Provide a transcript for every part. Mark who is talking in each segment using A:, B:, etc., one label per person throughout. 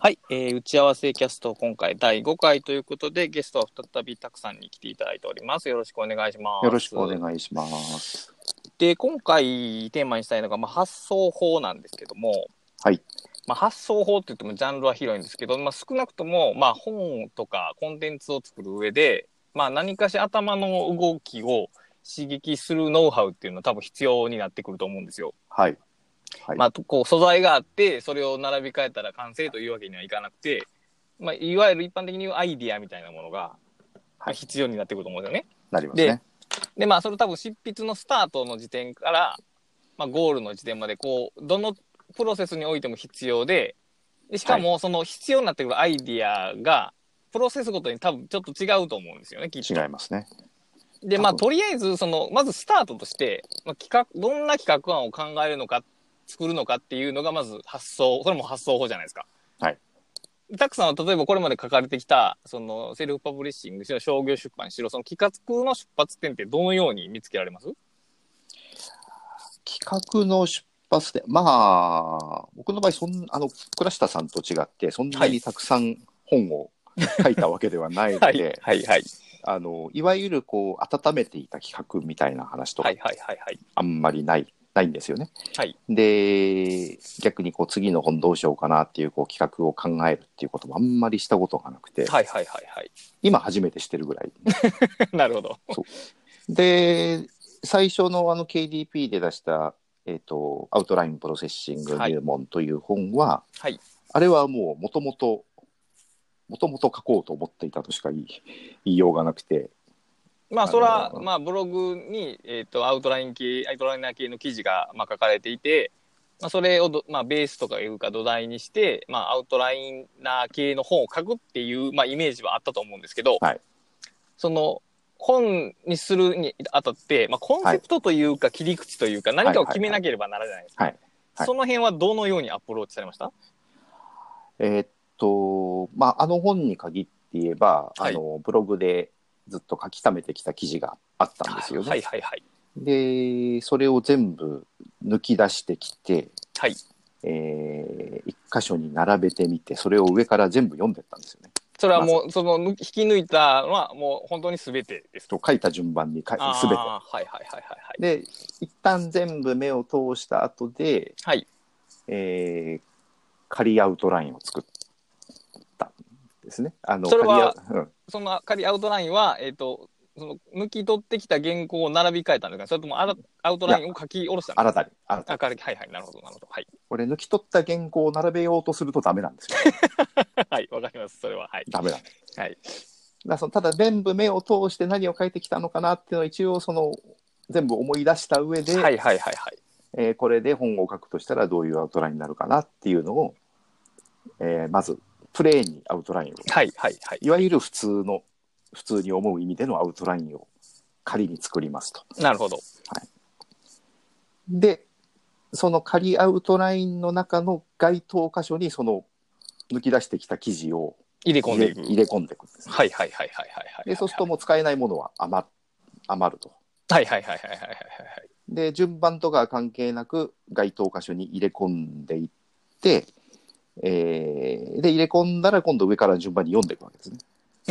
A: はい、えー打ち合わせキャスト今回第5回ということでゲストは再びたくさんに来ていただいております。よろしくお願いします。
B: よろしくお願いします。
A: で今回テーマにしたいのが、まあ、発想法なんですけども、
B: はい
A: まあ、発想法って言ってもジャンルは広いんですけど、まあ、少なくとも、まあ、本とかコンテンツを作る上で、まあ、何かしら頭の動きを刺激するノウハウっていうのは多分必要になってくると思うんですよ。
B: はい。はい
A: まあ、こう素材があってそれを並び替えたら完成というわけにはいかなくて、まあ、いわゆる一般的に言うアイディアみたいなものがまあ
B: はい
A: 必要になってくると思うんですよね。
B: なりますね。
A: でまあそれ多分執筆のスタートの時点から、まあ、ゴールの時点までこうどのプロセスにおいても必要ででしかもその必要になってくるアイディアがプロセスごとに多分ちょっと違うと思うんですよねきっと
B: 違。いますね。
A: でまあ
B: 多
A: とりあえずそのまずスタートとして、まあ、企画どんな企画案を考えるのか作るのかっていうのがまず発想それも発想法じゃないですか。
B: はい。
A: たくさんは例えばこれまで書かれてきたそのセルフパブリッシングしろ商業出版しろその企画の出発点ってどのように見つけられます
B: 企画の出発点、まあ、僕の場合、そんあの倉下さんと違って、そんなにたくさん本を書いたわけではないので、い、
A: はいはい
B: あのいわゆるこう温めていた企画みたいな話と
A: は
B: か
A: いはいはいはい
B: あんまりない。ないんですよね、
A: はい
B: で逆にこう次の本どうしようかなっていうこう企画を考えるっていうこともあんまりしたことがなくて、
A: はいはいはいはい
B: 今初めてしてるぐらい
A: なるほど
B: で最初のあの KDP で出した、えーと「アウトラインプロセッシング入門」という本は、
A: はい
B: あれはもうもともともともと書こうと思っていたとしか言い言いようがなくて
A: まあそれは
B: あのー
A: まあブログに、えー、とアウトライン系アウトライナー系の記事がまあ書かれていて、まあ、それをど、まあ、ベースとかいうか土台にして、まあ、アウトライナー系の本を書くっていう、まあ、イメージはあったと思うんですけど、
B: はい
A: その本にするにあたって、まあ、コンセプトというか切り口というか何かを決めなければならないじゃないですか、
B: はいはいはい
A: その辺はどのようにアプローチされました
B: えーっとまああの本に限って言えば、
A: はい
B: あのブログでずっと書き溜めてきた記事があったんですよね。
A: はいはいはい
B: でそれを全部抜き出してきて、
A: はい
B: えー一箇所に並べてみてそれを上から全部読んでったんですよね。
A: それはもうその引き抜いたのはもう本当に全てです
B: と書いた順番に書い
A: あー
B: すべて。
A: はいはいはいはいはい
B: で一旦全部目を通した後で、
A: はい。
B: えー、仮アウトラインを作ったんですね。あの
A: それは
B: 仮アうん
A: その仮アウトラインは、えっ、と、その抜き取ってきた原稿を並び替えたんですかそれともあらアウトラインを書き下ろしたんです
B: 新たに新た
A: か
B: に
A: あ仮はいはい、なるほど、なるほど。はい。
B: これ抜き取った原稿を並べようとするとダメなんですよ。
A: はい、わかります。それは。はい。
B: ダメなんです。
A: はい。
B: だからそのただ全部目を通して何を書いてきたのかなっていうのは一応その全部思い出した上で、
A: はいはいはいはい。
B: えーこれで本を書くとしたらどういうアウトラインになるかなっていうのを、えーまずプレーンにアウトラインを
A: はいはいはい。
B: いわゆる普通の普通に思う意味でのアウトラインを仮に作りますと。
A: なるほど。
B: でその仮アウトラインの中の該当箇所にその抜き出してきた記事を
A: 入れ込ん
B: 入
A: で
B: れ
A: いく。
B: 入れ込んでいくんですね、
A: はいはいはいはいはいはい。
B: でそうするともう使えないものは余る余ると。
A: はいはいはいはいはいはいはい。
B: で順番とかは関係なく該当箇所に入れ込んでいって、えーで入れ込んだら今度上から順番に読んでいくわけですね。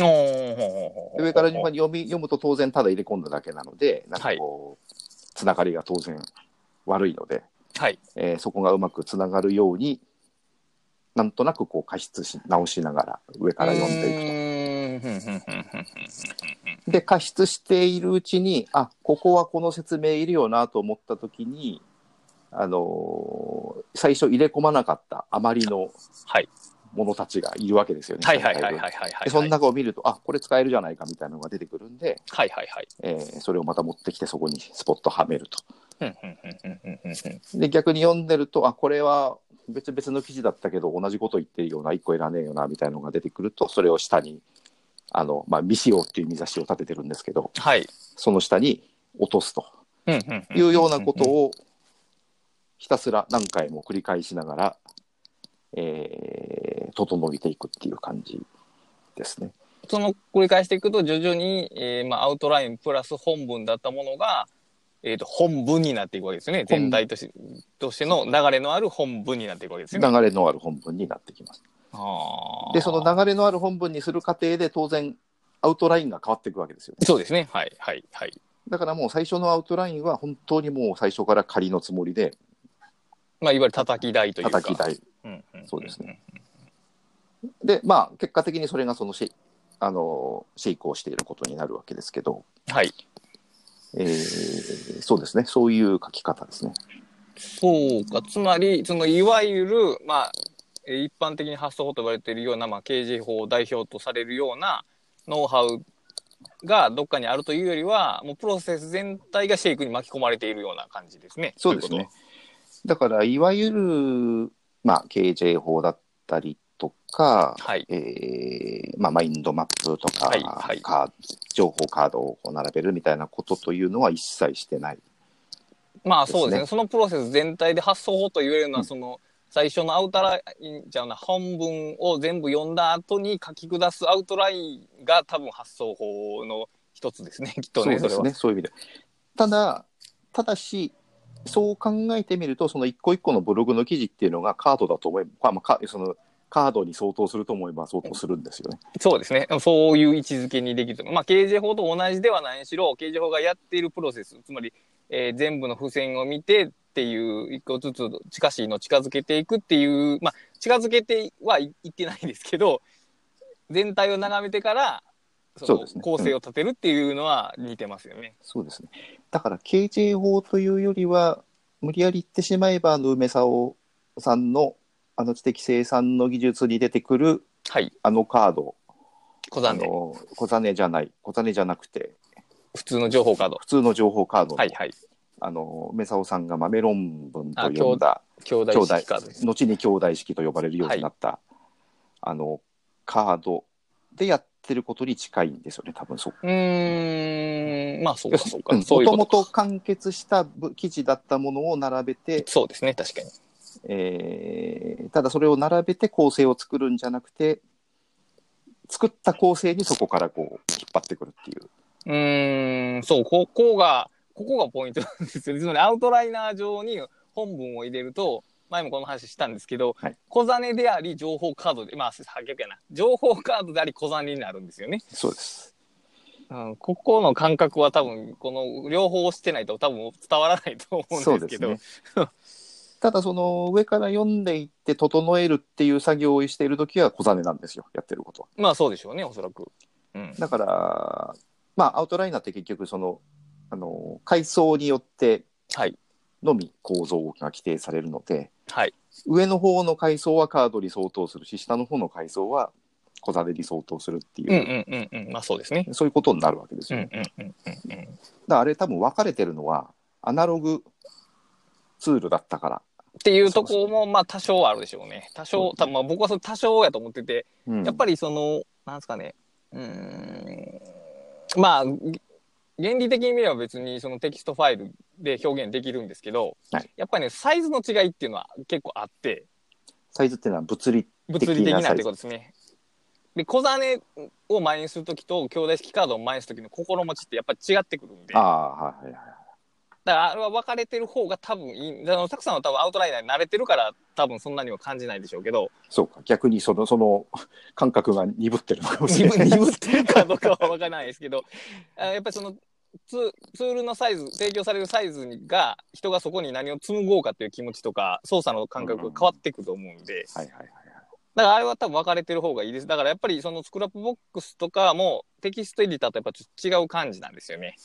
A: おーほうほうほうほう
B: で上から順番に読み読むと当然ただ入れ込んだだけなのでなんかこう、つながりが当然悪いので、
A: はい。
B: えーそこがうまくつながるようになんとなくこう加筆し直しながら上から読んでいく
A: でいくと。ふんふんふんふんふん
B: と。で加筆しているうちにあここはこの説明いるよなと思った時に、あのー最初入れ込まなかったあまりの
A: はい
B: ものたちがいるわけですよね。
A: はいはいはいはいはいはいはい。
B: でその中を見るとあこれ使えるじゃないかみたいなのが出てくるんで、
A: はいはいはい。
B: えーそれをまた持ってきてそこにスポットはめると。
A: ふんふんふんふんふんふんふん
B: で逆に読んでるとあこれは別々の記事だったけど同じこと言ってるような1個いらねえよなみたいのが出てくるとそれを下にあの、まあ、未使用っていう見出しを立ててるんですけど
A: はい。
B: その下に落とすと
A: ふんふんふん
B: いうようなことをひたすら何回も繰り返しながら、えー整えていくっていう感じですね。
A: その繰り返していくと徐々に、えーまあ、アウトラインプラス本文だったものが、えー、と本文になっていくわけですよね
B: 本
A: 全体としてとしての流れのある本文になっていくわけです
B: 流
A: よね。
B: れのある本文になってきます。
A: あー
B: でその流れのある本文にする過程で当然アウトラインが変わっていくわけですよね
A: そうですね。はいはいはい。
B: だからもう最初のアウトラインは本当にもう最初から仮のつもりで
A: まあ、いわゆる叩き台というか。
B: 叩き台
A: うんうんん
B: そうですね。でまあ結果的にそれがそのシェイあのシェイクをしていることになるわけですけど、
A: はい。
B: えーそうですねそういう書き方ですね
A: そうか。つまり、その、いわゆる、まあ、えー一般的に発想法と言われているような、まあ、刑事法を代表とされるようなノウハウがどっかにあるというよりは、もうプロセス全体がシェイクに巻き込まれているような感じですね。
B: そうです
A: とい
B: ね。だからいわゆる、まあ、KJ 法だったりとか
A: こと。、はい。
B: えーまあ、マインドマップとか、
A: はいはい
B: カード情報カードをこう並べるみたいなことというのは一切してない。
A: まあそうです
B: です
A: ね。
B: ね
A: そのプロセス全体で発想法と言えるの
B: う
A: は、
B: ん
A: その、最初のアウターラインじゃうな、本文を全部読んだ後に書き下すアウトラインが多分発想法の一つですね。 きっとね、そ
B: そうで
A: れ
B: す
A: は。
B: ねそういう意味で。ただただしそう考えてみるとその一個一個のブログの記事っていうのがカードだと思えば、まあ、かそのカードに相当すると思えば相当するんですよね。
A: そうですね。そういう位置づけにできると。まあ、刑事法と同じではないにしろ、刑事法がやっているプロセス、つまり、えー全部の付箋を見てっていう、一個ずつ近しいのを近づけていくっていう、まあ、近づけてはいいってないですけど、全体を眺めてから、そ
B: そうです
A: の
B: ね
A: 構成を立てるっていうのは似てますよね。
B: そうですねだから KJ 法というよりは無理やり言ってしまえばあの梅沢さんのあの知的生産の技術に出てくる
A: はい。
B: あのカード
A: 小
B: あ
A: 山で。
B: の小金じゃない小金じゃなくて
A: 普通の情報カード。
B: 普通の情報カードの、
A: はいはい。
B: あの梅沢さんが豆論文と
A: あ
B: 呼んだ
A: 兄弟
B: 兄弟
A: 式カードです。
B: 後に兄弟式と呼ばれるようになった、あのカードでやってることに近いんですよね多分そう
A: うーん、まあそうかそうか。
B: も
A: そういう
B: と
A: こ
B: も
A: と
B: と
A: か。
B: 完結したぶ記事だったものを並べて、
A: そうですね、確かに。
B: えーただそれを並べて構成を作るんじゃなくて作った構成にそこからこう引っ張ってくるっていう
A: うーん、そう、ここが、ここがポイントなんですよね。つま りアウトライナー上に本文を入れると、前もこの話したんですけど、
B: はい
A: 小金であり情報カードで、まあ、逆やな。情報カードであり小金になるんですよね。
B: そうです
A: うん、ここの感覚は多分、この両方してないと多分伝わらないと思
B: そ
A: うん
B: う
A: です
B: で
A: け
B: す
A: ど、
B: ね ただその上から読んでいって整えるっていう作業をしている時は小金なんですよやってることは。
A: まあそうでしょうね、おそらく。うん。
B: だから、まあ、アウトライナーって結局その、あの、階層によって
A: はい。
B: のみ構造が規定されるので、
A: はい。
B: 上の方の階層はカードに相当するし、下の方の階層は小金に相当するっていう
A: うんう、んうんうん。まあそうですね。
B: そういうことになるわけです
A: うん
B: よ
A: う
B: ね。
A: んうんうんうん。
B: だからあれ多分分かれてるのは、アナログツールだったから。
A: っていうところも、まあ多少はあるでしょうね。多少、たまあ僕はそれ多少やと思ってて、
B: うん
A: やっぱりその、なんですかね、うーん、まあ、ぎ原理的に見れば別にそのテキストファイルで表現できるんですけど、
B: はい
A: やっぱりね、サイズの違いっていうのは結構あって、
B: サイズっていうのは物理、
A: 物理的なってことですね。で、小金を前にするときと、兄弟式カードを前にするときの心持ちってやっぱり違ってくるんで、
B: あ
A: だか
B: あ、はいはいはい。
A: らあれは分かれてる方が多分いい、あのたくさんは多分アウトライナーに慣れてるから、多分そんなには感じないでしょうけど、
B: そうか、逆にその、その感覚が鈍ってるの かもしれない。
A: 鈍ってるかどうかは分からないですけど、あやっぱりそのツツールのサイズ、提供されるサイズが、人がそこに何を紡ごうかっていう気持ちとか、操作の感覚が変わってくると思うんで、
B: はいはいはいはい。
A: だからあれは多分分かれてる方がいいです。だからやっぱりそのスクラップボックスとかもテキストエディターとやっぱちょっと違う感じなんですよね。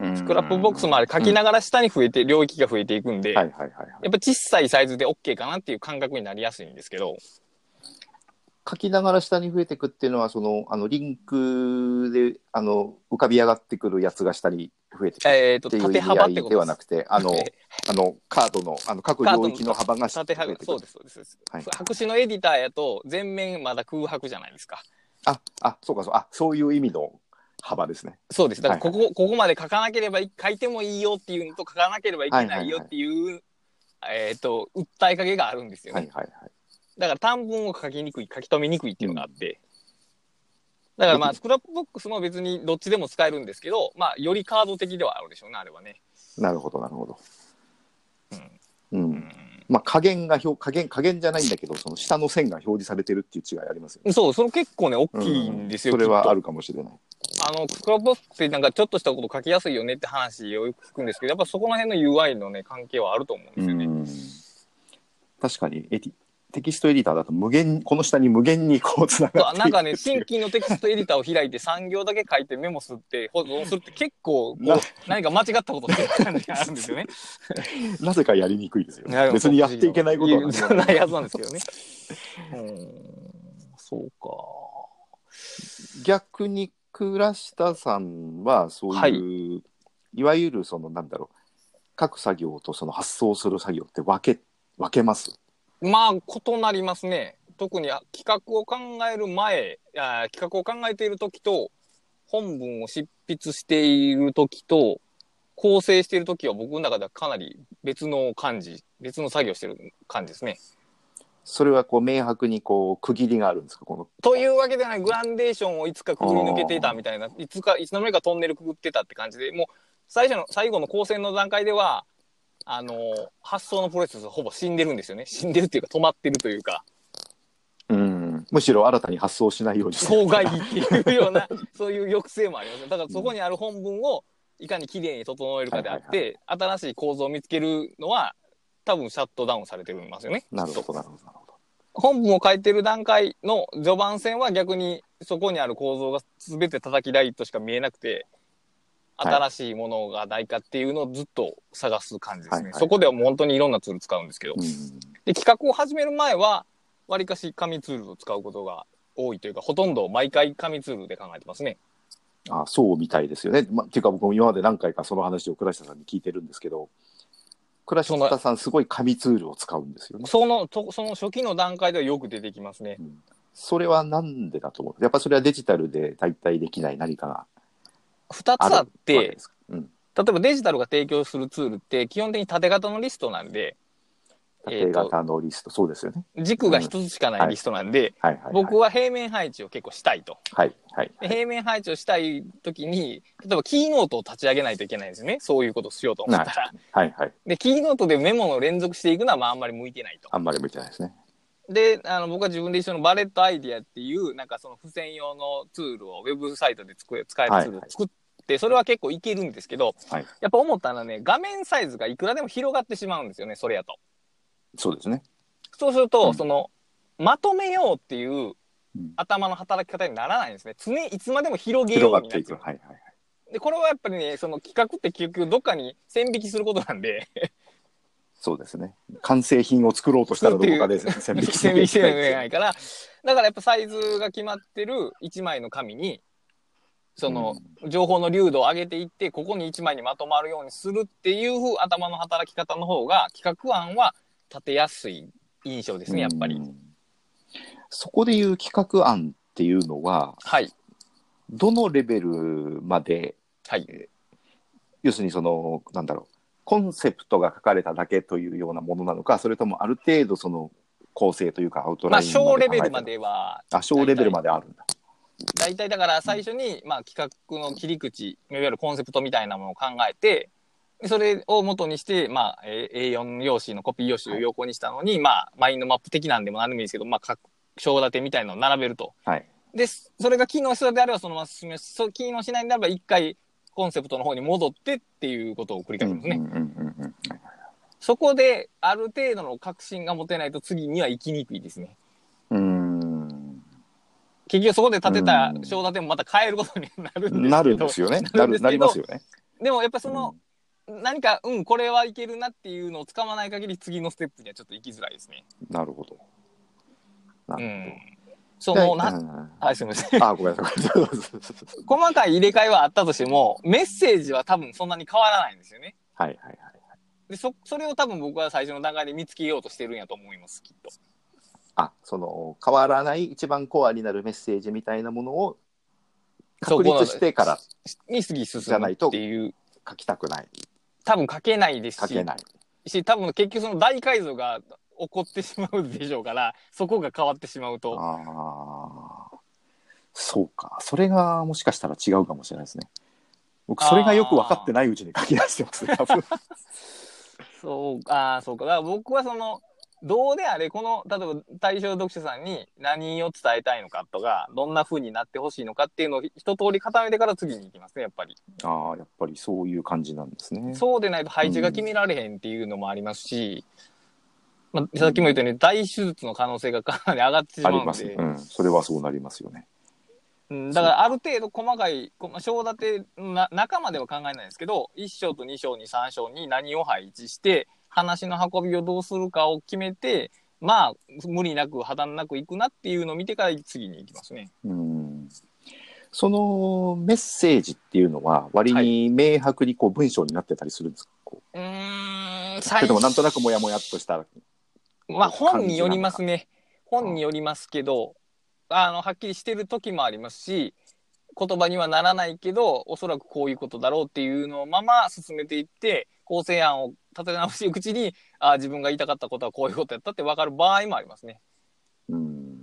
A: ス
B: ス
A: クラップボックスもあれ書きながら下に増えて、領域が増えていくんで、
B: はいはいはいはい。
A: やっぱ小さいサイズで OK かなっていう感覚になりやすいんですけど、
B: 書きながら下に増えていくっていうのはそのあのリンクであの浮かび上がってくるやつが下に増えてくる
A: えっ、と、
B: っていう
A: 縦
B: 意味
A: 幅
B: 合
A: って
B: い
A: こ
B: で
A: と
B: は
A: で
B: な
A: す。
B: くてあのあのカードのあの各領域の幅が
A: 縦
B: 増え
A: 幅
B: てく
A: そう
B: る
A: ですそうですそうです、
B: はい
A: 白紙のエディターやと全面まだ空白じゃないですか
B: ああそうかそうあそういう意味の幅ですね
A: そうですだから
B: は
A: こ
B: い
A: こ,、ここまで書かなければい書いてもいいよっていうのと書かなければいけないよっていう、えっ、と訴えかけがあるんですよね、
B: はいはいはい
A: だから短文を書きにくい書き留めにくいっていうのがあって、だからまあスクラップボックスも別にどっちでも使えるんですけどまあよりカード的ではあるでしょうねあれはね
B: なるほどなるほどうん、
A: うん
B: まあ、加減が表加減加減じゃないんだけどその下の線が表示されてるっていう違いありますよね。
A: そう、その結構ね、大きいんですよ。
B: それ
A: きっと
B: はあるかもしれない。
A: あの、クラブってなんかちょっとしたこと書きやすいよねって話をよく聞くんですけど、やっぱそこら辺の UI のね、関係はあると思うんですよね。
B: うん確かにエディテキストエディターだと無限この下に無限にこうつながっ
A: そう
B: ていく
A: なんかね、
B: ってい
A: 新
B: う
A: 規のテキストエディターを開いて3行だけ書いてメモすって保存するって結構こう
B: な
A: 何か間違ったことしてる感じがあるんですよね。
B: なぜかやりにくいですよ
A: なるほ
B: ね。
A: ど
B: 別にやっていけないことは
A: やないはずなんですけどね。うん、そうか。
B: 逆に倉下さんはそういう、、
A: はい
B: わゆるそのなんだろう各作業とその発送する作業って分け分けます。
A: まあ、異なりますね。特にあ企画を考える前、あ企画を考えている時と、本文を執筆している時と、構成している時は僕の中ではかなり別の感じ、別の作業してる感じですね。
B: それはこう明白にこう区切りがあるんですかこの
A: というわけではないグランデーションをいつかくぐり抜けていたみたいないつかいつの間にかトンネルくぐってたって感じでもう最初の最後の構成の段階ではあの発想のプロセスほぼ死んでるんですよね死んでるっていうか止まってるというか
B: うんむしろ新たに発送しないように
A: 障害っていうよう なそういう抑制もありますねだからそこにある本文をいかにきれいに整えるかであって、
B: はいは
A: 新しい構造を見つけるのは多分シャットダウンされてるんですよね
B: なるほどなるほどなるほど。
A: 本文を書いてる段階の序盤戦は逆にそこにある構造が全て叩き台としか見えなくて
B: はい
A: 新しいものがないかっていうのをずっと探す感じですね、
B: はいはいはい
A: そこではもう本当にいろんなツール使うんですけど、
B: うん
A: で企画を始める前はわりかし紙ツールを使うことが多いというかほとんど毎回紙ツールで考えてますね
B: あそうみたいですよね。まあ、っていうか僕も今まで何回かその話を倉下さんに聞いてるんですけど倉下さんすごい紙ツールを使うんですよね。
A: そのとその初期の段階ではよく出てきますね
B: それはなんでだと思うやっぱそれはデジタルで代替できない何かが
A: 2つ
B: ある
A: あ
B: わ
A: っ
B: け
A: て
B: ですか。うん、
A: 例えばデジタルが提供するツールって基本的に縦型のリストなんで
B: 縦型のリスト、そうですよね。
A: 軸が1つしかないリストなんで、
B: はいはい、はい。
A: 僕は平面配置を結構したいと。
B: はいはい
A: で平面配置をしたい時に、例えばキーノートを立ち上げないといけないんですよね。そういうことをしようと思ったら。
B: はいはい。
A: で、キーノートでメモの連続していくのはまああんまり向いてないと。
B: あんまり向いてないですね。
A: で、あの僕は自分で一緒のバレットアイディアっていう、なんかその付箋用のツールをウェブサイトで作れ使えるツールを作って、それは結構いけるんですけど、
B: はい
A: やっぱ思ったのはね、画面サイズがいくらでも広がってしまうんですよね、それやと。
B: そうですね。
A: そうすると、
B: うん
A: そのまとめようっていう
B: うん
A: 頭の働き方にならないんですね。常にいつまでも広げよ
B: 広
A: う
B: が
A: に
B: っ
A: な
B: て
A: っ
B: い
A: ち
B: く。
A: ゃ
B: は
A: う
B: いはいはい。
A: でこれはやっぱりねその企画って結局どっかに線引きすることなんで
B: そうですね。完成品を作ろうとしたらどこかで線引き
A: 線引きしてる
B: な
A: ないからだからやっぱサイズが決まってる1枚の紙にその情報の流度を上げていってここに1枚にまとまるようにするっていう風頭の働き方の方が企画案は立てやすい印象ですねやっぱり。
B: そこでいう企画案っていうのは、
A: はい
B: どのレベルまで、
A: はい
B: 要するにその、なんだろう、コンセプトが書かれただけというようなものなのか、それともある程度その構成というかアウト
A: ま
B: ラ
A: あ
B: イン
A: 小レ
B: 考
A: ベ
B: えて
A: ルま。では
B: あ、小レベルまであるんだ。
A: 大体だから最初に、まあ、企画の切り口いわゆるコンセプトみたいなものを考えてでそれを元にして、まあ、えー A4 用紙のコピー用紙を横にしたのに、まあ、マインドマップ的なんでも何でもいいですけど、まあ各、章立てみたいのを並べると。
B: はい。
A: でそそれが機能しそうであればそのまま進みますそう機能しないんであれば一回コンセプトの方に戻ってっていうことを繰り返しますね。
B: うんうんうんうん
A: そこである程度の確信が持てないと次には行きにくいですね。
B: うーん
A: 結局そこで立てた
B: うん
A: 章立てもまた変えることになるんですけど。
B: なるんですよね。なるなりますよね。
A: でもやっぱその、何かうんこれはいけるなっていうのをつかまない限り次のステップにはちょっと行きづらいですね。
B: うんなるほど。な
A: う
B: る
A: ん、そ
B: ほど
A: の
B: で
A: な、
B: うん
A: はい、すみません
B: あ、ごめんなさい。 ごめんなさい
A: 細かい入れ替えはあったとしてもメッセージは多分そんなに変わらないんですよね。
B: はいはいはい。
A: でそそれを多分僕は最初の段階で見つけようとしてるんやと思いますきっと。
B: あ、その変わらない一番コアになるメッセージみたいなものを
A: そ
B: 確
A: この
B: 立してから
A: に次進
B: じゃな
A: む
B: いと
A: っていう
B: 書きたくない。
A: 多分書けないです
B: 書け
A: し
B: ない。
A: し多分結局その大改造が起こってしまうでしょうからそこが変わってしまうと
B: ああ、そうか。それがもしかしたら違うかもしれないですね。僕、それがよく分かってないうちに書き出してますね、多分。
A: そう、ああ、そうか。だから僕はその、どうであれ、この、例えば対象読者さんに何を伝えたいのかとか、どんな風になってほしいのかっていうのを一通り固めてから次に行きますね、やっぱり。
B: ああ、やっぱりそういう感じなんですね。
A: そうでないと配置が決められへんっていうのもありますし、まあ、さっきも言ったように大手術の可能性がかなり上がってしま
B: あ
A: う
B: り
A: の
B: ます。
A: で
B: う、ん。それはそうなりますよね。
A: うん、だからある程度細かい、こまあ章立てな、中までは考えないですけど、1章と2章に3章に何を配置して、話の運びをどうするかを決めて、まあ、無理なく破談なくいくなっていうのを見てから次に行きますね。
B: うん。そのメッセージっていうのは、割に明白にこう文章になってたりするんですか、こう
A: うーん、
B: そ
A: 最
B: れ
A: 初
B: ともなんとなくもやもやっとした。
A: まあ、本によりますね。本によりますけど、あの、はっきりしてる時もありますし、言葉にはならないけど、おそらくこういうことだろうっていうのをまま進めていって、構成案を立て直していくうちに、あー自分が言いたかったことはこういうことやったって分かる場合もありますね。
B: うん。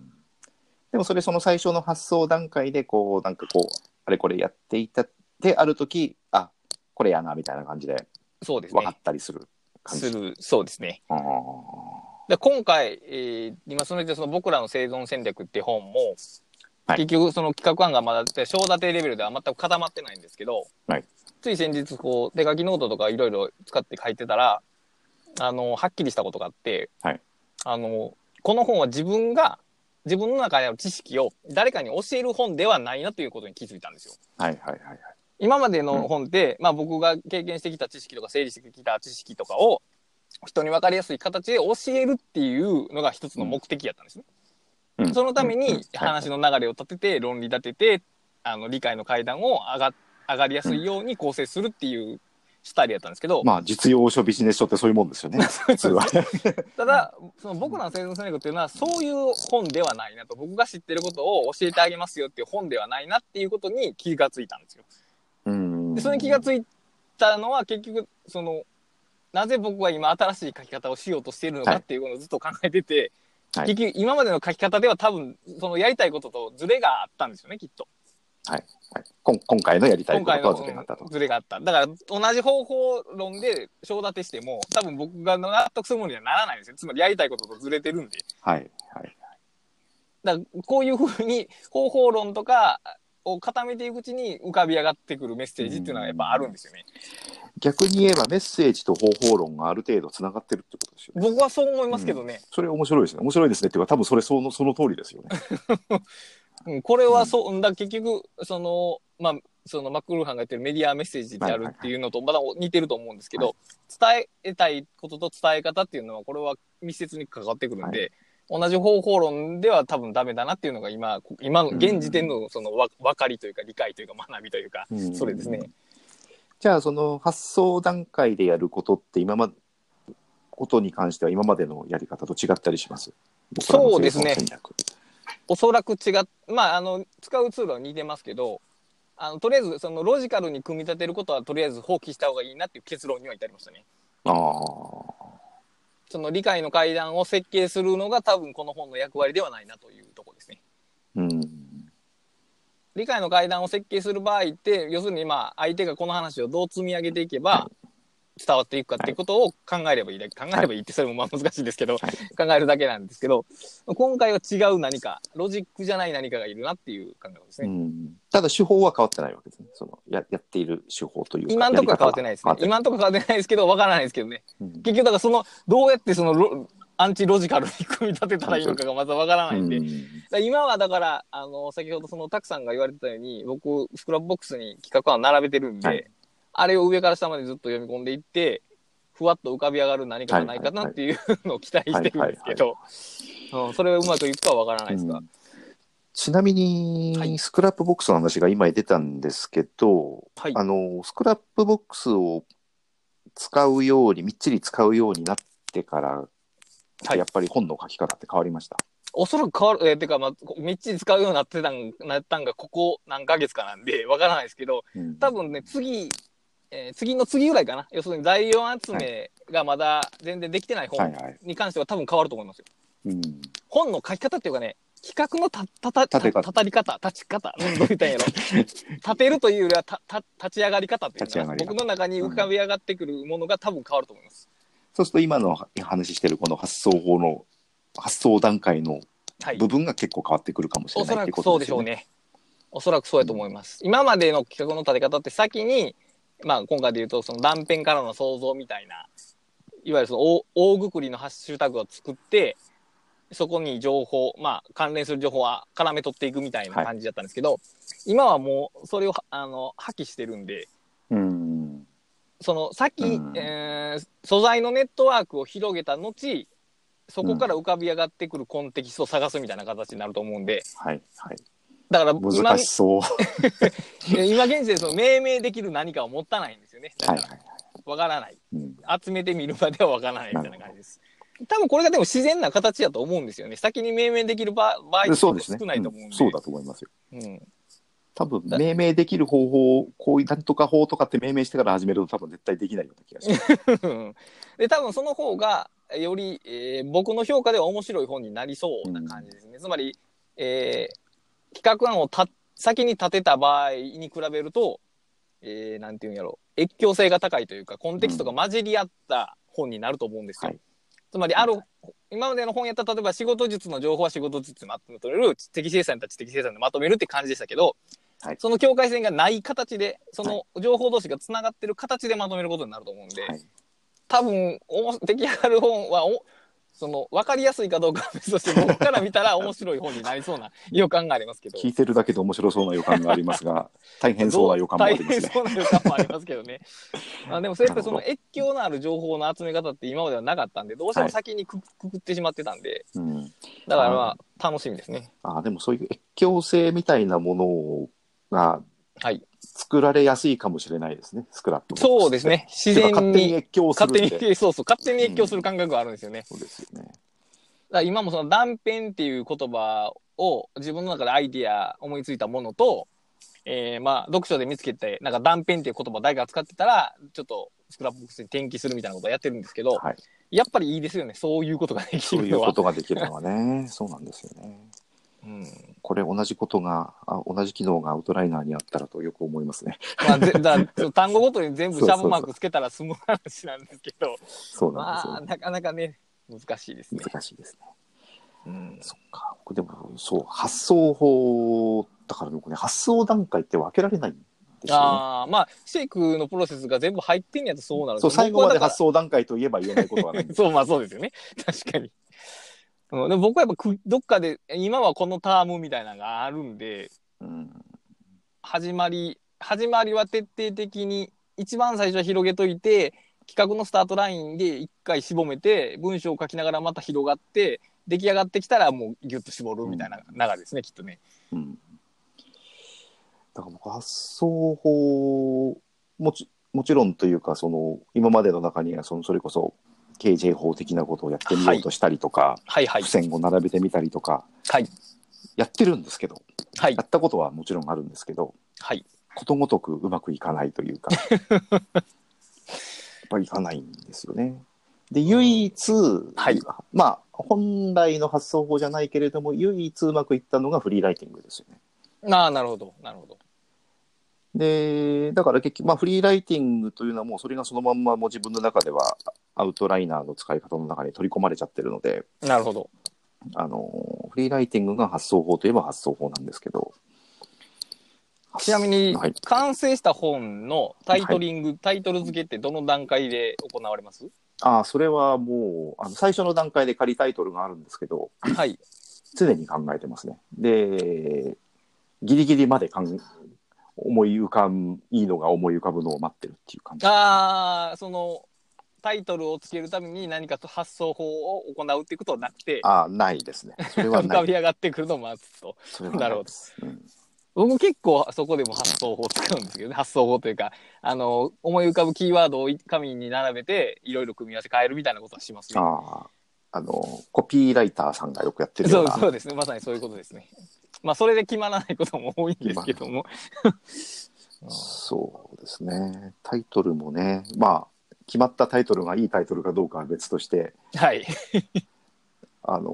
B: でもそれその最初の発想段階で、こう、なんかこう、あれこれやっていたで、ある時、あ、これやな、みたいな感じで
A: そうです
B: 分かっ
A: ね。
B: たりする感じ。
A: する、そうですね。
B: ああ。
A: で今回、えー今そのその僕らの生存戦略って本も、
B: はい
A: 結局その企画案がまだ小立てレベルでは全く固まってないんですけど、
B: はい
A: つい先日こう手書きノートとかいろいろ使って書いてたらあのはっきりしたことがあって、
B: はい
A: あのこの本は自分が自分の中での知識を誰かに教える本ではないなということに気づいたんですよ。
B: はいはいはいはい。
A: 今までの本って、まあ僕が経験してきた知識とか整理してきた知識とかを人に分かりやすい形で教えるっていうのが一つの目的やったんですね。
B: うん
A: そのため
B: うんうん
A: に
B: はい
A: 話の流れを立てて論理立ててあの理解の階段を上が上がりやすいように構成するっていうスタイルやったんですけど、
B: まあ実用書ビジネス書ってそういうもんです よね。それは。
A: ただその僕らの生存戦略っていうのはそういう本ではないなと僕が知ってることを教えてあげますよっていう本ではないなっていうことに気がついたんですよ。
B: うん
A: でそれに気がついたのは結局そのなぜ僕は今新しい書き方をしようとしているのか
B: はい
A: っていうことをずっと考えてて、
B: はい
A: 結局今までの書き方では多分そのやりたいこととズレがあったんですよねきっと
B: はいはい、こん今回のやりたい
A: 今
B: こと
A: 回
B: と
A: の
B: はずれがあったと
A: うん。ズレがあっただから同じ方法論で章立てしても多分僕が納得するものにはならないんですよつまりやりたいこととずれてるんで
B: はいはい。
A: だからこういうふうに方法論とかを固めていくうちに浮かび上がってくるメッセージっていうのはやっぱあるんですよね、
B: 逆に言えばメッセージと方法論がある程度つながってるってことですよね。
A: 僕はそう思いますけどね、
B: それ面白いですね。面白いですねっていうか多分それそのその通りですよね。
A: うん、これはそう、だ結局そのまあそのマックルーハンが言ってるメディアメッセージであるっていうのとまだ似てると思うんですけど、伝えたいことと伝え方っていうのはこれは密接に関わってくるんで、同じ方法論では多分ダメだなっていうのが今こ今の現時点のそのわ分かりというか理解というか学びというか、
B: う ん
A: それですね。
B: じゃあその発想段階でやることって今までことに関しては今までのやり方と違ったりします。僕らの
A: そうですね
B: 生存戦略
A: おそらく違っまああの使うツールは似てますけどあのとりあえずそのロジカルに組み立てることはとりあえず放棄した方がいいなっていう結論には至りましたね。
B: ああ。
A: その理解の階段を設計するのが多分この本の役割ではないなというところですね。
B: うん。
A: 理解の階段を設計する場合って要するにまあ相手がこの話をどう積み上げていけば伝わっていくかっていうことを考えればいいだけ、考えればいいってそれもまあ難しいですけど、考えるだけなんですけど今回は違う何かロジックじゃない何かがいるなっていう感覚です
B: う
A: ね。
B: ん、ただ手法は変わってないわけですね。そのややっている手法というか。
A: 今んとこは変わってないですね。
B: やり方は
A: 今んとこは変わってないですけど、わからないですけどね。
B: 変わってない
A: 結局、だからその、どうやってそのロ、アンチロジカルに組み立てたらいいのかがまたわからないんで、
B: うん
A: だから今はだから、あの、先ほどその、たくさんが言われてたように、僕、スクラップボックスに企画案並べてるんで、
B: はい
A: あれを上から下までずっと読み込んでいって、ふわっと浮かび上がる何かがないかなっていうのを期待してるんですけど、うんそれをうまくいくかはわからないですが、
B: うんちなみに、
A: はい
B: スクラップボックスの話が今出たんですけど、
A: はい
B: あのスクラップボックスを使うようにみっちり使うようになってから、
A: はい
B: やっぱり本の書き方って変わりました。
A: おそらく変わる、えーてか、まあ、こみっちり使うようになってたん、なったんが、ここ何ヶ月かなんで、わからないですけど、
B: うん
A: 多分ね、次、えー次の次ぐらいかな。要するに材料集めがまだ全然できてない
B: はい
A: 本
B: はい。
A: に関しては多分変わると思いますよ。
B: うん、
A: 本の書き方っていうかね、企画のた、たた、た、
B: 立て方
A: たたり方、立ち方、うんどう言ったんやろ。 立てるというよりは、た、た、立ち上がり方っていう
B: 立ち上
A: の
B: が
A: が、
B: り方
A: 僕の中に浮かび上がってくるものが多分変わると思います。
B: そうすると今の話してるこの発想法の発想段階の
A: はい
B: 部。分が結構変わってくるかもしれ
A: お
B: な
A: そ
B: いっ
A: ら
B: て
A: く
B: こ
A: そ
B: と
A: うで
B: で
A: すしょ
B: よ
A: う
B: ね。
A: ね。おそらくそうやと思います。今までの企画の立て方って先に、まあ今回で言うとその断片からの想像みたいな、いわゆるその大大ぐくりのハッシュタグを作って、そこに情報、まあ関連する情報は絡め取っていくみたいな感じだったんですけど、今はもうそれをあの破棄してるんで、
B: うん
A: その先、
B: うん
A: えー素材のネットワークを広げた後、そこから浮かび上がってくるコンテキストを探すみたいな形になると思うんで、
B: はいはい、
A: だから今
B: 難しそう。は
A: で今現時点でその命名できる何かを持たないんですよね。
B: いはいはい。
A: わからない。
B: うん
A: 集めてみるまではわからないみたいな感じです。多分これがでも自然な形だと思うんですよね。先に命名できる場場合って
B: そうですね。
A: 少ないと思うん
B: ん
A: で。
B: そうだと思いますよ。
A: うん
B: 多分命名できる方法をこういうなんとか法とかって命名してから始めると多分絶対できないような気がします。
A: で、多分その方が、より、えー僕の評価では面白い本になりそうな感じですね。つまり、えー企画案をた先に立てた場合に比べると、えーなんていうんやろう、越境性が高いというか、コンテキストが混じり合った本になると思うんですよ。
B: はい
A: つまり、ある
B: は、
A: 今までの本やったら、例えば仕事術の情報は仕事術でまとめる、知的生産た知的生産でまとめるって感じでしたけど、
B: はい
A: その境界線がない形で、その情報同士がつながってる形でまとめることになると思うんで、
B: はい
A: 多分おも出来上がる本はおその分かりやすいかどうかは別と して僕から見たら面白い本になりそうな予感がありますけど
B: 聞いてるだけで面白そうな予感がありますが、大変そうな予感もありま
A: 大変
B: すね。
A: そうな予感もありますけどねあでもそうやってその
B: な
A: 越境のある情報の集め方って今まではなかったんでどうしても先にく,、くくってしまってたんで
B: うん、
A: だからまあ楽しみですね
B: あーでもそういう越境性みたいなものが
A: はい
B: 作られやすいかもしれないですね、スクラップボックスって。
A: そうですね自
B: てか
A: 然
B: 勝手に
A: に
B: 越境する
A: 勝
B: ん
A: 手
B: で
A: にそうそう勝手に越境する感覚があるんですよね、
B: そうですよね。
A: だから今もその断片っていう言葉を自分の中でアイディア思いついたものと、えー、まあ読書で見つけてなんか断片っていう言葉を誰かが使ってたらちょっとスクラップボックスに転記するみたいなことをやってるんですけど、
B: はい。
A: やっぱりいいですよねそういうことができ
B: そう
A: る
B: いう
A: のは
B: ことができるのはね、そうなんですよね。
A: うん
B: これ同じことがあ同じ機能がアウトライナーにあったらとよく思いま すね。
A: まあ、ぜだからその単語ごとに全部シ
B: そうそうそう
A: ャープマークつけたら済む話なんですけど
B: そうなんですよ
A: まあなかなかね難しいですね。
B: 難しいですね。
A: うん
B: そっか。僕でもそう発想法だから僕ね発想段階って分けられないんですよね。
A: ああまあシェイクのプロセスが全部入ってんやとそうなる
B: そう最後まで
A: 発想
B: 発想段階といえば言えないことはないんです。
A: そう、まあそうですよね。確かに。うん、でも僕はやっぱくどっかで、今はこのタームみたいなのがあるんで、
B: うん。
A: 始まり、始まりは徹底的に、一番最初は広げといて、企画のスタートラインで一回絞めて、文章を書きながらまた広がって、出来上がってきたらもうギュッと絞るみたいな流れですね、きっとね。
B: うん。だから僕発想法もちもちろんというかその今までの中にはそのそれこそ KJ 法的なことをやってみようとしたりとか、
A: はいはい
B: 付。箋を並べてみたりとか
A: はい。
B: やってるんですけど
A: はい
B: や。ったことはもちろんあるんですけど
A: はい。
B: ことごとくうまくいかないとい うかやっぱりいかないんですよね。で唯一、
A: はい
B: まあ本来の発想法じゃないけれども唯一うまくいったのがフリーライティングですよね。
A: ああ、なるほど。なるほど。
B: でだから結局、まあ、フリーライティングというのはもうそれがそのまんまもう自分の中ではアウトライナーの使い方の中に取り込まれちゃってるので
A: なるほど。
B: あのフリーライティングが発想法といえば発想法なんですけど
A: ちなみに
B: はい、
A: 完成した本のタイトリング、タイトル付けってどの段階で行われます
B: ああそれはもうあの最初の段階で仮タイトルがあるんですけど
A: はい。
B: 常に考えてますねでギリギリまで考え思い浮かんいいのが思い浮かぶのを待ってるっていう感じ
A: ああ、その、タイトルをつけるために何かと発想法を行うっていうことはなくて、
B: ああないですねそれは
A: 浮
B: な
A: か
B: い
A: び上がってくるのを待つと。
B: それはないですうん
A: 僕結構そこでも発想法を使うんですけどね。 発想法というか、あの、思い浮かぶキーワードを紙に並べて、いろいろ組み合わせ変えるみたいなことはしますね。
B: あああのコピーライターさんがよくやってるよ
A: そうう
B: な
A: そうですね。まさにそういうことですね。まあ、それで決まらないことも多いんですけども。
B: そうですねタイトルもねまあ決まったタイトルがいいタイトルかどうかは別として
A: はい。
B: あの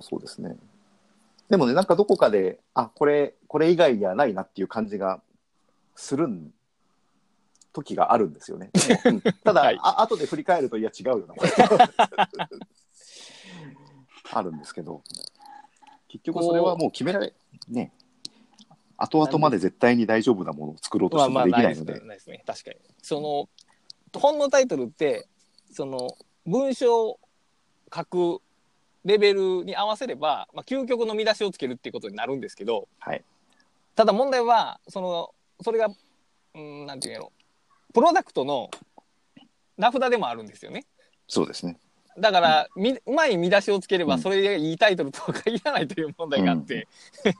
B: そうですね。でもね、なんかどこかで、あ、これ、これ以外にはないなっていう感じがするん時があるんです よね。でもうんただ、
A: はい
B: あ後で振り返ると、いや、違うよな、これ。 あるんですけど、結局それはもう決められ、ね、後々まで絶対に大丈夫なものを作ろうと
A: ま
B: し
A: あ
B: て
A: ま
B: も
A: あ
B: でき
A: ない
B: な
A: で
B: い
A: す
B: の
A: ね
B: で、
A: ないですね確かにその本のタイトルってその文章を書くレベルに合わせれば、まあ、究極の見出しをつけるっていうことになるんですけど、
B: はい
A: ただ問題はそのそれがうんなんていうんやろプロダクトの名札でもあるんですよね
B: そうですね。
A: だから、みうまい見出しをつければ
B: うん
A: それがいいタイトルとは限らないという問題があって、
B: うん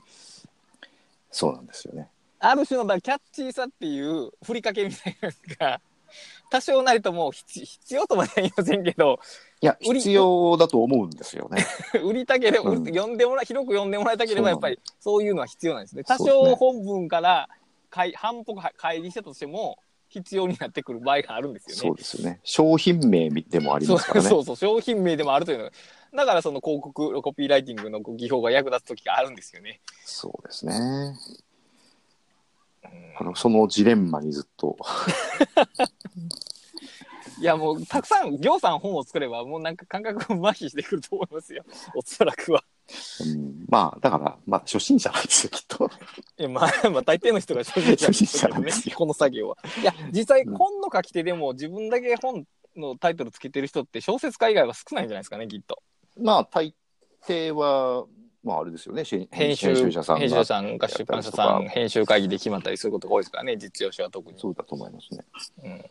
B: そうなんですよね。
A: ある種のだキャッチーさっていうふりかけみたいなのが 多少なりとも必必要とまでは言いませんけど
B: いや、
A: 売り
B: 必要だと思うんですよね。
A: 売りたければ、
B: うん
A: 読んでもら広く読んでもらいたければやっ
B: そうな
A: ぱ
B: ん
A: りそういうのは必要なんですね多
B: そうです
A: 少
B: ね
A: 本文からかい反復乖離したとしても必要になってくる場合があるんですよね。
B: そうですよね。商品名でもありますからね。
A: そう そうそう商品名でもあるというのがだからその広告コピーライティングの技法が役立つ時があるんですよね。
B: そうですね。あのそのジレンマにずっと。
A: いやもうたくさん行さん本を作ればもうなんか感覚を麻痺してくると思いますよおそらくは。
B: うん、まあ、だから、まあ、初心者なんですよ、きっと。
A: えまあ、 まあ大抵の人が初心者ですけど
B: 初心者なんで
A: ね
B: すよ
A: この作業は。いや実際
B: うん
A: 本の書き手でも自分だけ本のタイトルつけてる人って小説家以外は少ないんじゃないですかねきっと。
B: まあ、大抵は、まあ、あれですよね、し
A: 編集
B: 者さんが。
A: 編集者さんが出版社さ
B: やった
A: ん
B: りと
A: 編集会議で決まったりすることが多いですからね実用書は特に。
B: そうだと思いますね。
A: うん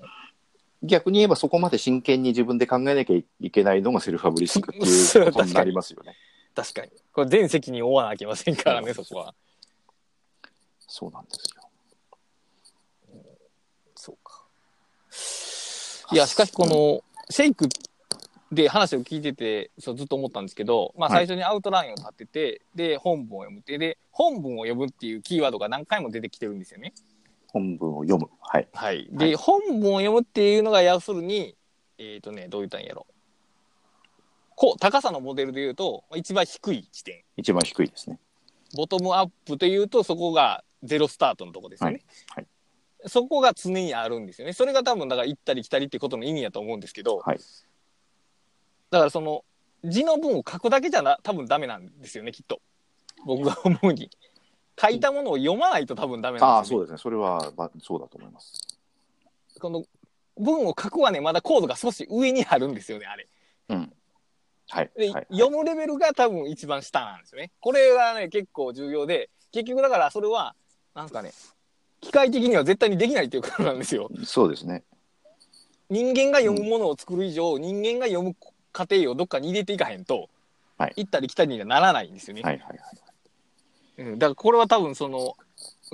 B: 逆に言えば、そこまで真剣に自分で考えなきゃいけないのがセルファブリッシングっていうことになりますよね。
A: 確かに。これ全責任負わなきゃいけませんからね、そこは。
B: そうなんですよ。
A: そうか。いや、しかしこの、シェイクで話を聞いてて、そうずっと思ったんですけど、まあ
B: は
A: 最初にアウトラインを立てて、で、本文を読むって、で、本文を読むっていうキーワードが何回も出てきてるんですよね。
B: 本文を読む。はい。
A: はい。で、
B: はい
A: 本文を読むっていうのが、要するに、えっ、とね、どう言ったんやろ。こう、高さのモデルで言うと、まあ一番低い地点。
B: 一番低いですね。
A: ボトムアップというとそこがゼロスタートのとこですよね、
B: はい
A: そこが常にあるんですよねそれが多分だから行ったり来たりってことの意味やと思うんですけど、
B: はい
A: だからその字の文を書くだけじゃな多分ダメなんですよねきっと僕が思うに書いたものを読まないと多分ダメ
B: あ
A: なん
B: あ、
A: ですよ、ね、
B: そうですね。それは、まあ、そうだと思います。
A: この文を書くはねまだコードが少し上にあるんですよねあれ
B: うん。はい。
A: で、
B: はい、
A: 読むレベルが多分一番下なんですよね。これがね、結構重要で、結局だからそれは、なんですかね、機械的には絶対にできないということなんですよ。
B: そうですね。
A: 人間が読むものを作る以上、人間が読む過程をどっかに入れていかへんと、
B: はい
A: 行ったり来たりにはならないんですよね。
B: はいはいはい。
A: うん、だからこれは多分その、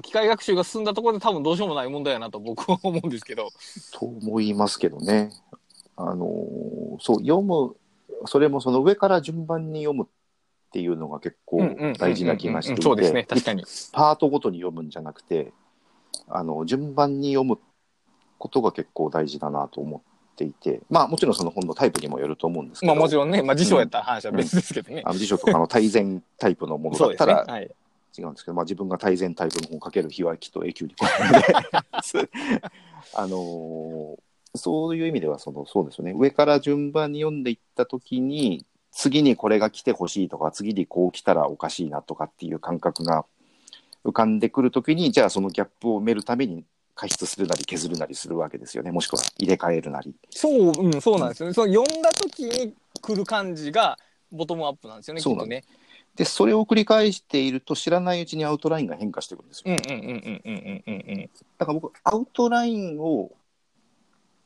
A: 機械学習が進んだところで多分どうしようもない問題やなと僕は思うんですけど。
B: と思いますけどね。あのーそう、読む、それもその上から順番に読むっていうのが結構大事な気がしていて、
A: うんうんうんうんそうですね、確かに。
B: パートごとに読むんじゃなくて、あの、順番に読むことが結構大事だなと思っていて、まあもちろんその本のタイプにもよると思うんですけ
A: ま
B: ど、
A: あもちろんね、まあ辞書やったら話は別ですけどね。
B: あの辞書とかの対前タイプのものだ
A: そ
B: っ
A: うで
B: た
A: すね。
B: ら
A: はい。
B: 違うんですけど、まあ、自分が対前タイプの本をかける日はきっと永久に来ないので あのーそういう意味ではそのそうですよね上から順番に読んでいった時に次にこれが来てほしいとか次にこう来たらおかしいなとかっていう感覚が浮かんでくる時にじゃあそのギャップを埋めるために加筆するなり削るなりするわけですよねもしくは入れ替えるなり
A: そう、うん、そうなんですよね。その読んだ時に来る感じがボトムアップなんですよね、き
B: そ
A: っ
B: うな
A: と
B: んで
A: ね。
B: でそれを繰り返していると知らないうちにアウトラインが変化してくるんです
A: う
B: よ
A: んうんうんうんうんうんうんうん。
B: だから僕、アウトラインを、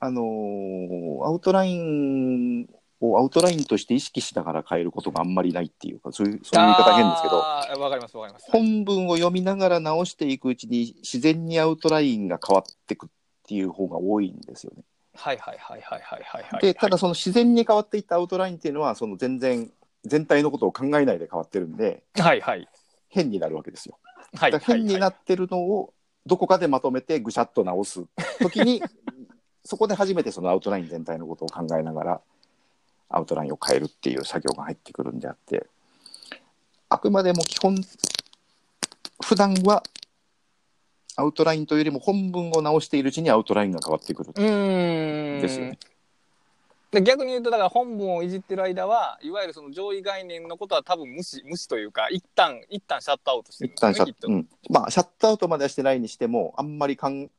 B: あのーアウトラインをアウトラインとして意識しながら変えることがあんまりないっていうか、そういうそういう言い方変ですけど、
A: あーわかりますわかります。
B: 本文を読みながら直していくうちに、自然にアウトラインが変わってくっていう方が多いんですよね。
A: はいはいはいはいはいはいはい。
B: で、ただ、その自然に変わっていったアウトラインっていうのは、その全然、全体のことを考えないで変わってるんで、
A: はいはい。
B: 変になるわけですよ。
A: はい
B: だから変になってるのをどこかでまとめてぐしゃっと直す時に そこで初めてそのアウトライン全体のことを考えながらアウトラインを変えるっていう作業が入ってくるんであってあくまでも基本普段はアウトラインというよりも本文を直しているうちにアウトラインが変わってくる
A: うーん
B: ですよね
A: で逆に言うとだから本文をいじってる間はいわゆるその上位概念のことは多分無視無視というか一旦一旦シャットアウトしてるん
B: 一
A: ですよ
B: 旦
A: ね
B: シ
A: きっ
B: ャッ
A: と、
B: うんまあ、シャットアウトまではしてないにしてもあんまり考え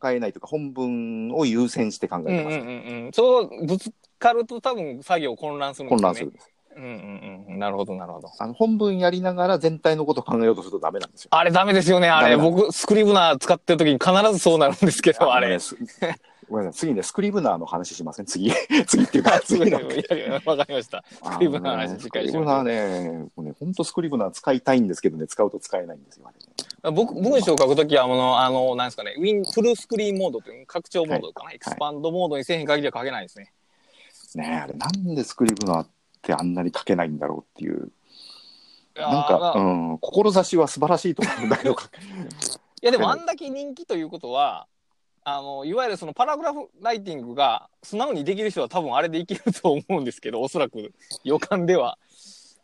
B: ないというか本文を優先して考
A: うん
B: えて
A: う
B: ま
A: ん
B: す、
A: うんうんそうぶつかると多分作業混乱するんで
B: 混
A: すよね
B: 乱するんです
A: うんうんうんなるほどなるほど
B: あの本文やりながら全体のことを考えようとするとダメなんですよ
A: あれダメですよねあれ
B: ダメだ
A: 僕スクリブナー使ってる時に必ずそうなるんですけどあ
B: の
A: れ
B: ねす ごめんなさい次ねスクリブナーの話しません次 次っていうか
A: すご
B: 次
A: い
B: の
A: いやいやわかりました
B: ス
A: クリブナーの話しっ
B: ス
A: か
B: ク
A: り
B: リ
A: し
B: ブ
A: ま
B: ナーねもうね本当スクリブナー使いたいんですけどね使うと使えないんですよあれね
A: 僕文章を書くときはあの、あの、なんですかね、ウィン、フルスクリーンモードという拡張モードかな、エクスパンドモードにせえへん限りは書けないですね。
B: ねえあれなんでスクリブナーってあんなに書けないんだろうっていうなん
A: いやーま
B: か
A: あ
B: うん志は素晴らしい と思うんだけど
A: いやでもあんだけ人気ということは、あの、いわゆるそのパラグラフライティングが素直にできる人は多分あれでいけると思うんですけど、おそらく予感では。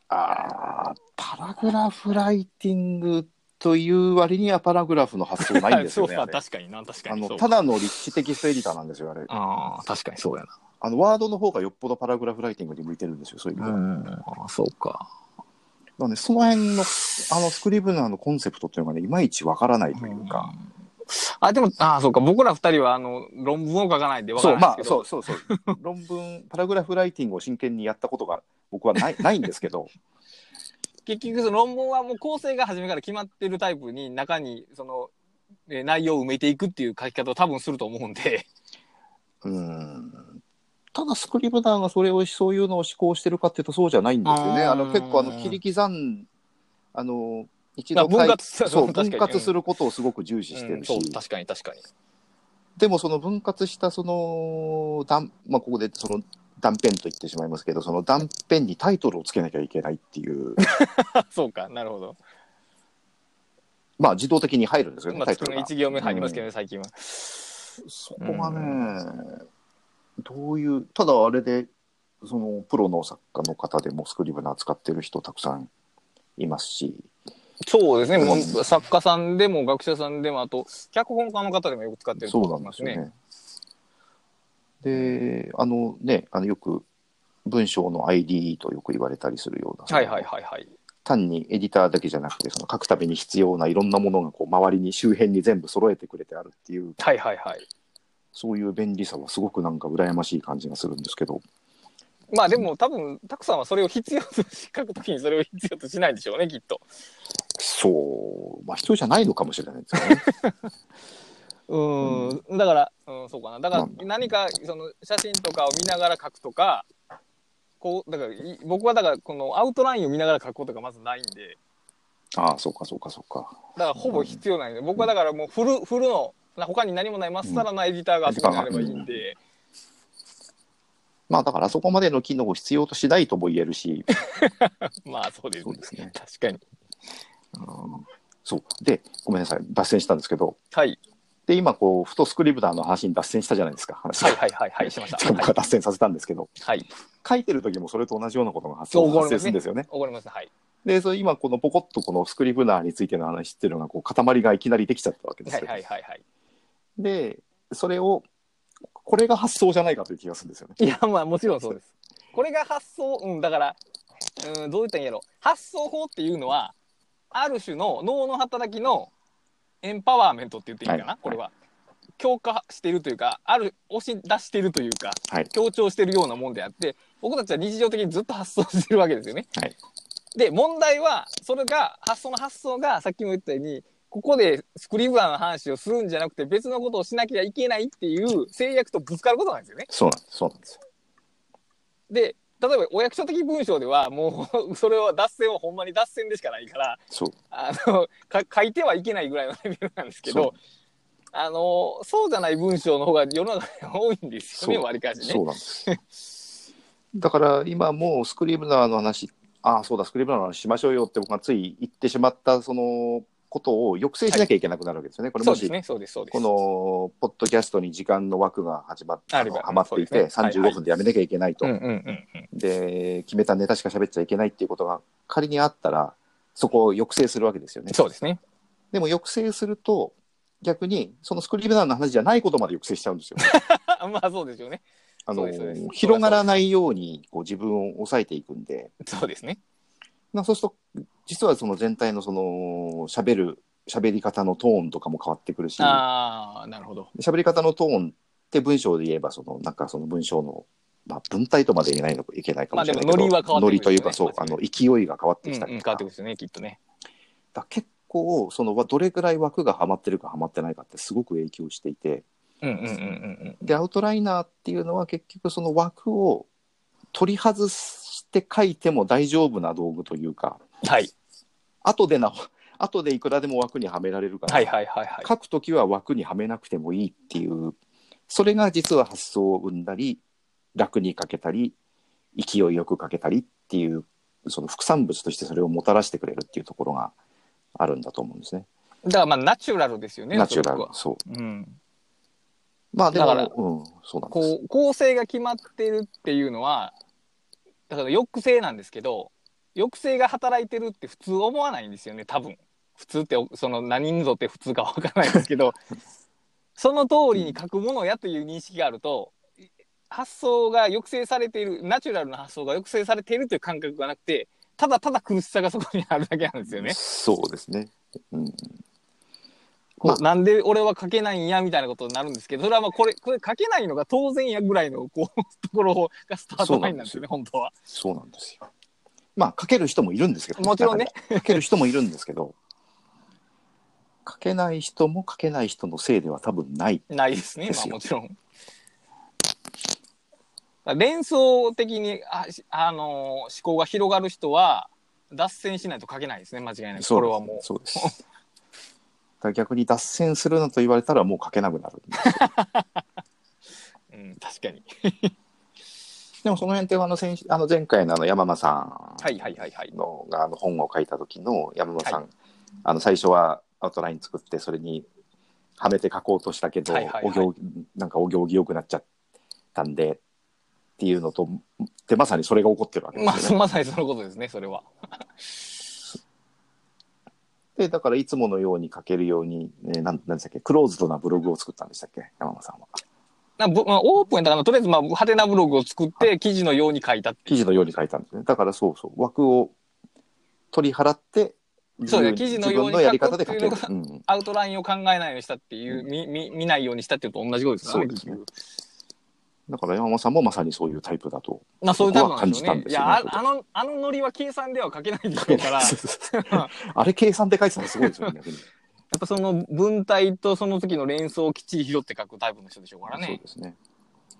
B: あーパラグラフライティングという割にはパラグラフの発想ないんですよ ね。
A: そう
B: あ
A: か、
B: れ
A: 確かにな、確か
B: あ
A: に。そ
B: の
A: う
B: ただの立地テキストエディターなんですよ、あれ。
A: ああ、確かにそうやな。
B: あのワードの方がよっぽどパラグラフライティングに向いてるんですよ、そういう意味では。だ
A: ん、あそうか。
B: からね、その辺のあのスクリブナーのコンセプトっていうのがね、いまいちわからないというか、
A: あ、でも、ああ、そうか、僕ら二人はあの、論文を書かないんでわか
B: そう、
A: らない
B: ま
A: で
B: あ、
A: すけど、
B: そうそうそう、論文、パラグラフライティングを真剣にやったことが僕はない ないんですけど、
A: 結局その論文はもう構成が初めから決まってるタイプに中にそのえー内容を埋めていくっていう書き方を多分すると思うん で
B: うんただスクリブナーがそれをそういうのを思考してるかっていうとそうじゃないんですよね。
A: あー
B: あの結構あの切り刻んあの一
A: まあ
B: 度
A: 分割
B: 書いそ う
A: 確かに
B: 分割することをすごく重視してるし、
A: うんそう確かに確か に
B: でもその分割したその断まあここでその断片と言ってしまいますけどその断片にタイトルをつけなきゃいけないっていう
A: あそうかなるほど、
B: まあ自動的に入るんですよね、
A: まあ、
B: タイ
A: 作
B: トル
A: る
B: が。
A: 1行目入りますけどね、最近は
B: そこがね、どういう、ただあれで、そのプロの作家の方でもスクリブナー使ってる人たくさんいますし、
A: そうですね、もう
B: う
A: 作家さんでも学者さんでもあと脚本家の方でもよく使ってると
B: そう
A: 思
B: ないんで
A: ますす
B: よ
A: ね
B: ね。で、あのね、あのよく文章の IDE とよく言われたりするような、
A: はいはいはいはい
B: 単にエディターだけじゃなくて、その書くたびに必要ないろんなものがこう周りに周辺に全部揃えてくれてあるっていう、
A: はいはいはい
B: そういう便利さはすごくなんか羨ましい感じがするんですけど、
A: まあでも多分たくさんはそれを必要とし書くときにそれを必要としないでしょうねきっと
B: そう、まあ必要じゃないのかもしれないですよね。
A: うん、だから、うん、そうかな。だか
B: ま
A: ら、何か、その、写真とかを見ながら書くとか、こう、だから、い僕はだから、このアウトラインを見ながら書くことがまずないんで、
B: ああ、そうか、そうか、そうか。
A: だから、ほぼ必要ないんで、僕はだからもうフル、フルの、な他に何もないまっさらなエディターがあってあればいいんで、
B: まあ、だから、あそこまでの機能を必要としないとも言えるし、
A: まあ、そうです
B: そ
A: ね
B: う。ですね。
A: 確かに。
B: うんそう。で、ごめんなさい、脱線したんですけど、
A: はい。
B: で、今、こう、ふとスクリブナーの話に脱線したじゃないですか、話が
A: は いはいはいはい、しまし
B: ち
A: た。
B: ょっと
A: は
B: 僕
A: い
B: は。脱線させたんですけど、
A: はい。
B: 書いてる時もそれと同じようなことが発
A: そう
B: 生
A: 思いま
B: 発
A: すね
B: 生するんですよね。
A: 怒りますね。はい。
B: で、それ今、このポコッとこのスクリブナーについての話っていうのが、こう、塊がいきなりできちゃったわけです
A: は
B: よ。
A: いはいはいはい。
B: で、それを、これが発想じゃないかという気がするんですよね。
A: いや、まあ、もちろんそうです。これが発想、うん、だから、うん、どう言ったらいいんやろ。発想法っていうのは、ある種の脳の働きのエンパワーメントって言っていいかな、
B: はい
A: これは。強化してるというか、ある、押し出してるというか、
B: はい
A: 強調してるようなもんであって、僕たちは日常的にずっと発想してるわけですよね。
B: はい
A: で、問題は、それが、発想の発想が、さっきも言ったように、ここでスクリブラーの話をするんじゃなくて、別のことをしなきゃいけないっていう制約とぶつかることなんですよね。
B: そうなんです、そうなんです。
A: で例えばお役所的文章ではもう それは脱線はほんまに脱線でしかないから
B: そう。
A: あのか書いてはいけないぐらいのレベルなんですけ
B: そう
A: どあのそうじゃない文章の方が世の中には多いんですよね
B: そう
A: わりかし
B: そ
A: ね
B: う。なんです。 だから今もうスクリブナーの話、ああ、そうだ、スクリブナーの話しましょうよって僕がつい言ってしまったそのことを抑制しなきゃいけなくなるわけですよね。これ
A: そ
B: も
A: うです
B: し、
A: ねそうですそうです。
B: このポッドキャストに時間の枠が始まって、
A: あ
B: あ
A: れば
B: のはまってい
A: そう
B: て、
A: ですねはいはい
B: 35分でやめなきゃいけないと、
A: うんうんうんうん、
B: で、決めたネタしか喋っちゃいけないっていうことが仮にあったら、そこを抑制するわけですよね。
A: そうですね。
B: でも抑制すると、逆にそのスクリーブダウンの話じゃないことまで抑制しちゃうんですよ。
A: あまあそうですよね。
B: あの
A: そうですそうです
B: 広がらないようにこう自分を抑えていくんで、
A: そうですね。
B: なそうすると実はその全体のその喋る喋り方のトーンとかも変わってくるし、
A: ああ、なるほど。
B: 喋り方のトーンって文章で言えばそのなんかその文章のまあ文体とまで言えないのいけないかもしれないけど、
A: まあでもノリは変わってくるよね
B: ノリというかそうあの勢いが変わって
A: うん、う
B: き
A: ん
B: た
A: 変
B: りと
A: わ
B: か
A: っ、てくるんですよね、きっとね。
B: だから結構そのわどれくらい枠がはまってるかはまってないかってすごく影響していて
A: うんうんうんうん
B: でアウトライナーっていうのは結局その枠を取り外して書いても大丈夫な道具というか
A: うん。はい。
B: 後でな 後でいくらでも枠にはめられるから、
A: はいはいはいはい。
B: 書くときは枠にはめなくてもいいっていうそれが実は発想を生んだり楽に書けたり勢いよく書けたりっていうその副産物としてそれをもたらしてくれるっていうところがあるんだと思うんですね。
A: だからまあナチュラルですよね、
B: ナチュ
A: そ
B: ラル
A: こは
B: そう
A: うん。
B: まあでも、
A: だから
B: うん、そうなんです。
A: こう、構成が決まってるっていうのは、だから抑制なんですけど、抑制が働いてるって普通思わないんですよね、多分。普通って、その何人ぞって普通かわからないですけど、その通りに書くものやという認識があると、発想が抑制されている、ナチュラルな発想が抑制されているという感覚がなくて、ただただ苦しさがそこにあるだけなんですよね。
B: そうですね。うん、
A: こ
B: まあ
A: うなんで俺は書けないんやみたいなことになるんですけど、それはまあこれ、これ書けないのが当然やぐらいの、こう、 ところがスタートラインなんですよね、本当は。
B: そうなんですよ。まあ書ける人もいるんですけど、
A: もちろんね
B: 中には。書ける人もいるんですけど、書けない人も書けない人のせいでは多分ない。
A: ないですね、
B: で
A: ますあ
B: よ
A: もちろん。連想的に、あ、しあのー思考が広がる人は、脱線しないと書けないですね、間違いなく。これはも
B: そう です。だから逆に脱線するなと言われたらもう書けなくなる。
A: う。うん、確かに。
B: でもその辺ってあの先あの前回のあの山間さ
A: はいはいはいはい
B: ん。のがあの本を書いた時の山間さん、あの最初はアウトライン作ってそれにはめて書こうとしたけど、
A: はいはいはい
B: お行なんかお行儀よくなっちゃったんでっていうのとでまさにそれが起こってるわけで
A: まあ、
B: す
A: そ
B: よね。
A: まさにそのことですね、それは。
B: でだからいつものように書けるように、えー、なんなんでしたっけクローズドなブログを作ったんでしたっけ山間さんは。
A: なぶまあ、オープンだから、とりあえず、まあ、派手なブログを作って、記事のように書いたっていう
B: 記事のように書いたんですね。だからそうそう枠を取り払って自
A: そうね
B: 由に
A: 記事の
B: 自
A: よう
B: 分
A: に
B: のやり方で書ける
A: 書くって。
B: うん
A: アウトラインを考えないようにしたっていう、みみ見ないようにしたっていうのと同じことですから
B: そうですね。だから山間さんもまさにそういうタイプだと。
A: まあそういうタイプなんですよね。
B: 僕は感じたんで
A: い
B: すよ
A: や
B: ね
A: あ、あの、あのノリは計算では書けないでしょうから、やっ
B: あれ計算で書いてたのすごいですよね。逆に
A: ぱその文体とその時の連想をきっちり拾って書くタイプの人でしょうから
B: そう
A: ね。
B: ですね。だか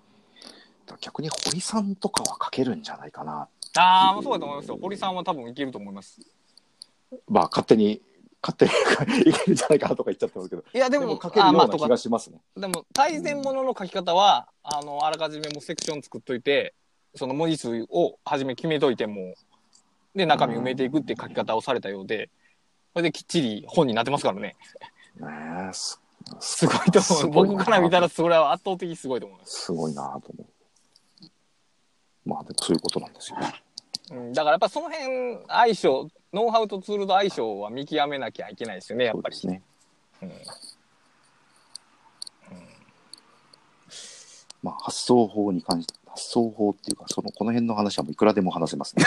B: ら逆に堀さんとかは書けるんじゃないかな。
A: ああ、まあそうだと思いますよ。堀さんは多分いけると思います。
B: まあ勝手に勝手に いけるんじゃないかなとか言っちゃってますけど。
A: いや、で
B: で
A: も、
B: も書けるよ
A: あ
B: う
A: まあ
B: な
A: と
B: 気
A: か
B: がしますね。
A: でも、対戦ものの書き方は、あの、あらかじめもうセクション作っといて、その文字数を初め決めといても、で、中身埋めていくっていう書き方をされたようで、それできっちり本になってますからね。
B: ねえす
A: す
B: す
A: ごいと思う。
B: ごいな
A: 僕から見たら、それは圧倒的にすごいと思います。
B: すごいなと思う。まあでもそういうことなんですよ。
A: うん、だからやっぱその辺、相性、ノウハウとツールと相性は見極めなきゃいけないですよね、やっ
B: そう
A: ぱ
B: で
A: り。
B: すね。
A: うん
B: まあ発想法に関して発想法っていうかそのこの辺の話はもういくらでも話せますね。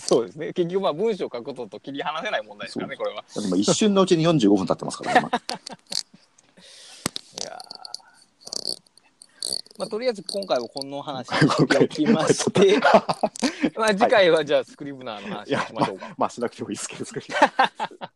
A: そうですね。結局まあ文章を書くことと切り離せない問題ですからね、これは。
B: だってまあ一瞬のうちに45分経ってますから、 ね、今
A: いやーまあ、とりあえず今回はこの話にしておきましてまあ次回はじゃあスクリブナーの
B: い
A: 話を
B: や
A: しま
B: ま
A: しょうか。
B: あ、まあしなくてもいいですけど、スクリーム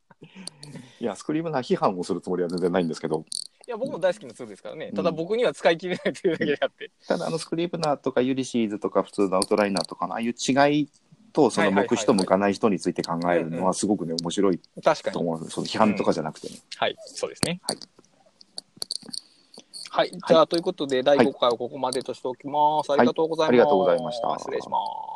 B: いや、スクリームな批判をするつもりは全然ないんですけど、
A: いや僕も大好きなツールですからね、
B: うん
A: ただ僕には使い切れないというだけであって、
B: ただあのスクリームナーとかユリシーズとか普通のアウトライナーとかのああいう違いとその
A: はいはいはいはい
B: 向く人向かない人について考えるの
A: うんう
B: はすごくね面白い
A: 確か
B: と
A: に
B: 思う。その批判とかじゃなくてね。
A: はいそうですね
B: はい
A: はい、じゃあということで第5回はここまでとしておきます、
B: い
A: ありがとうございます、
B: ありがとうございました
A: 失礼します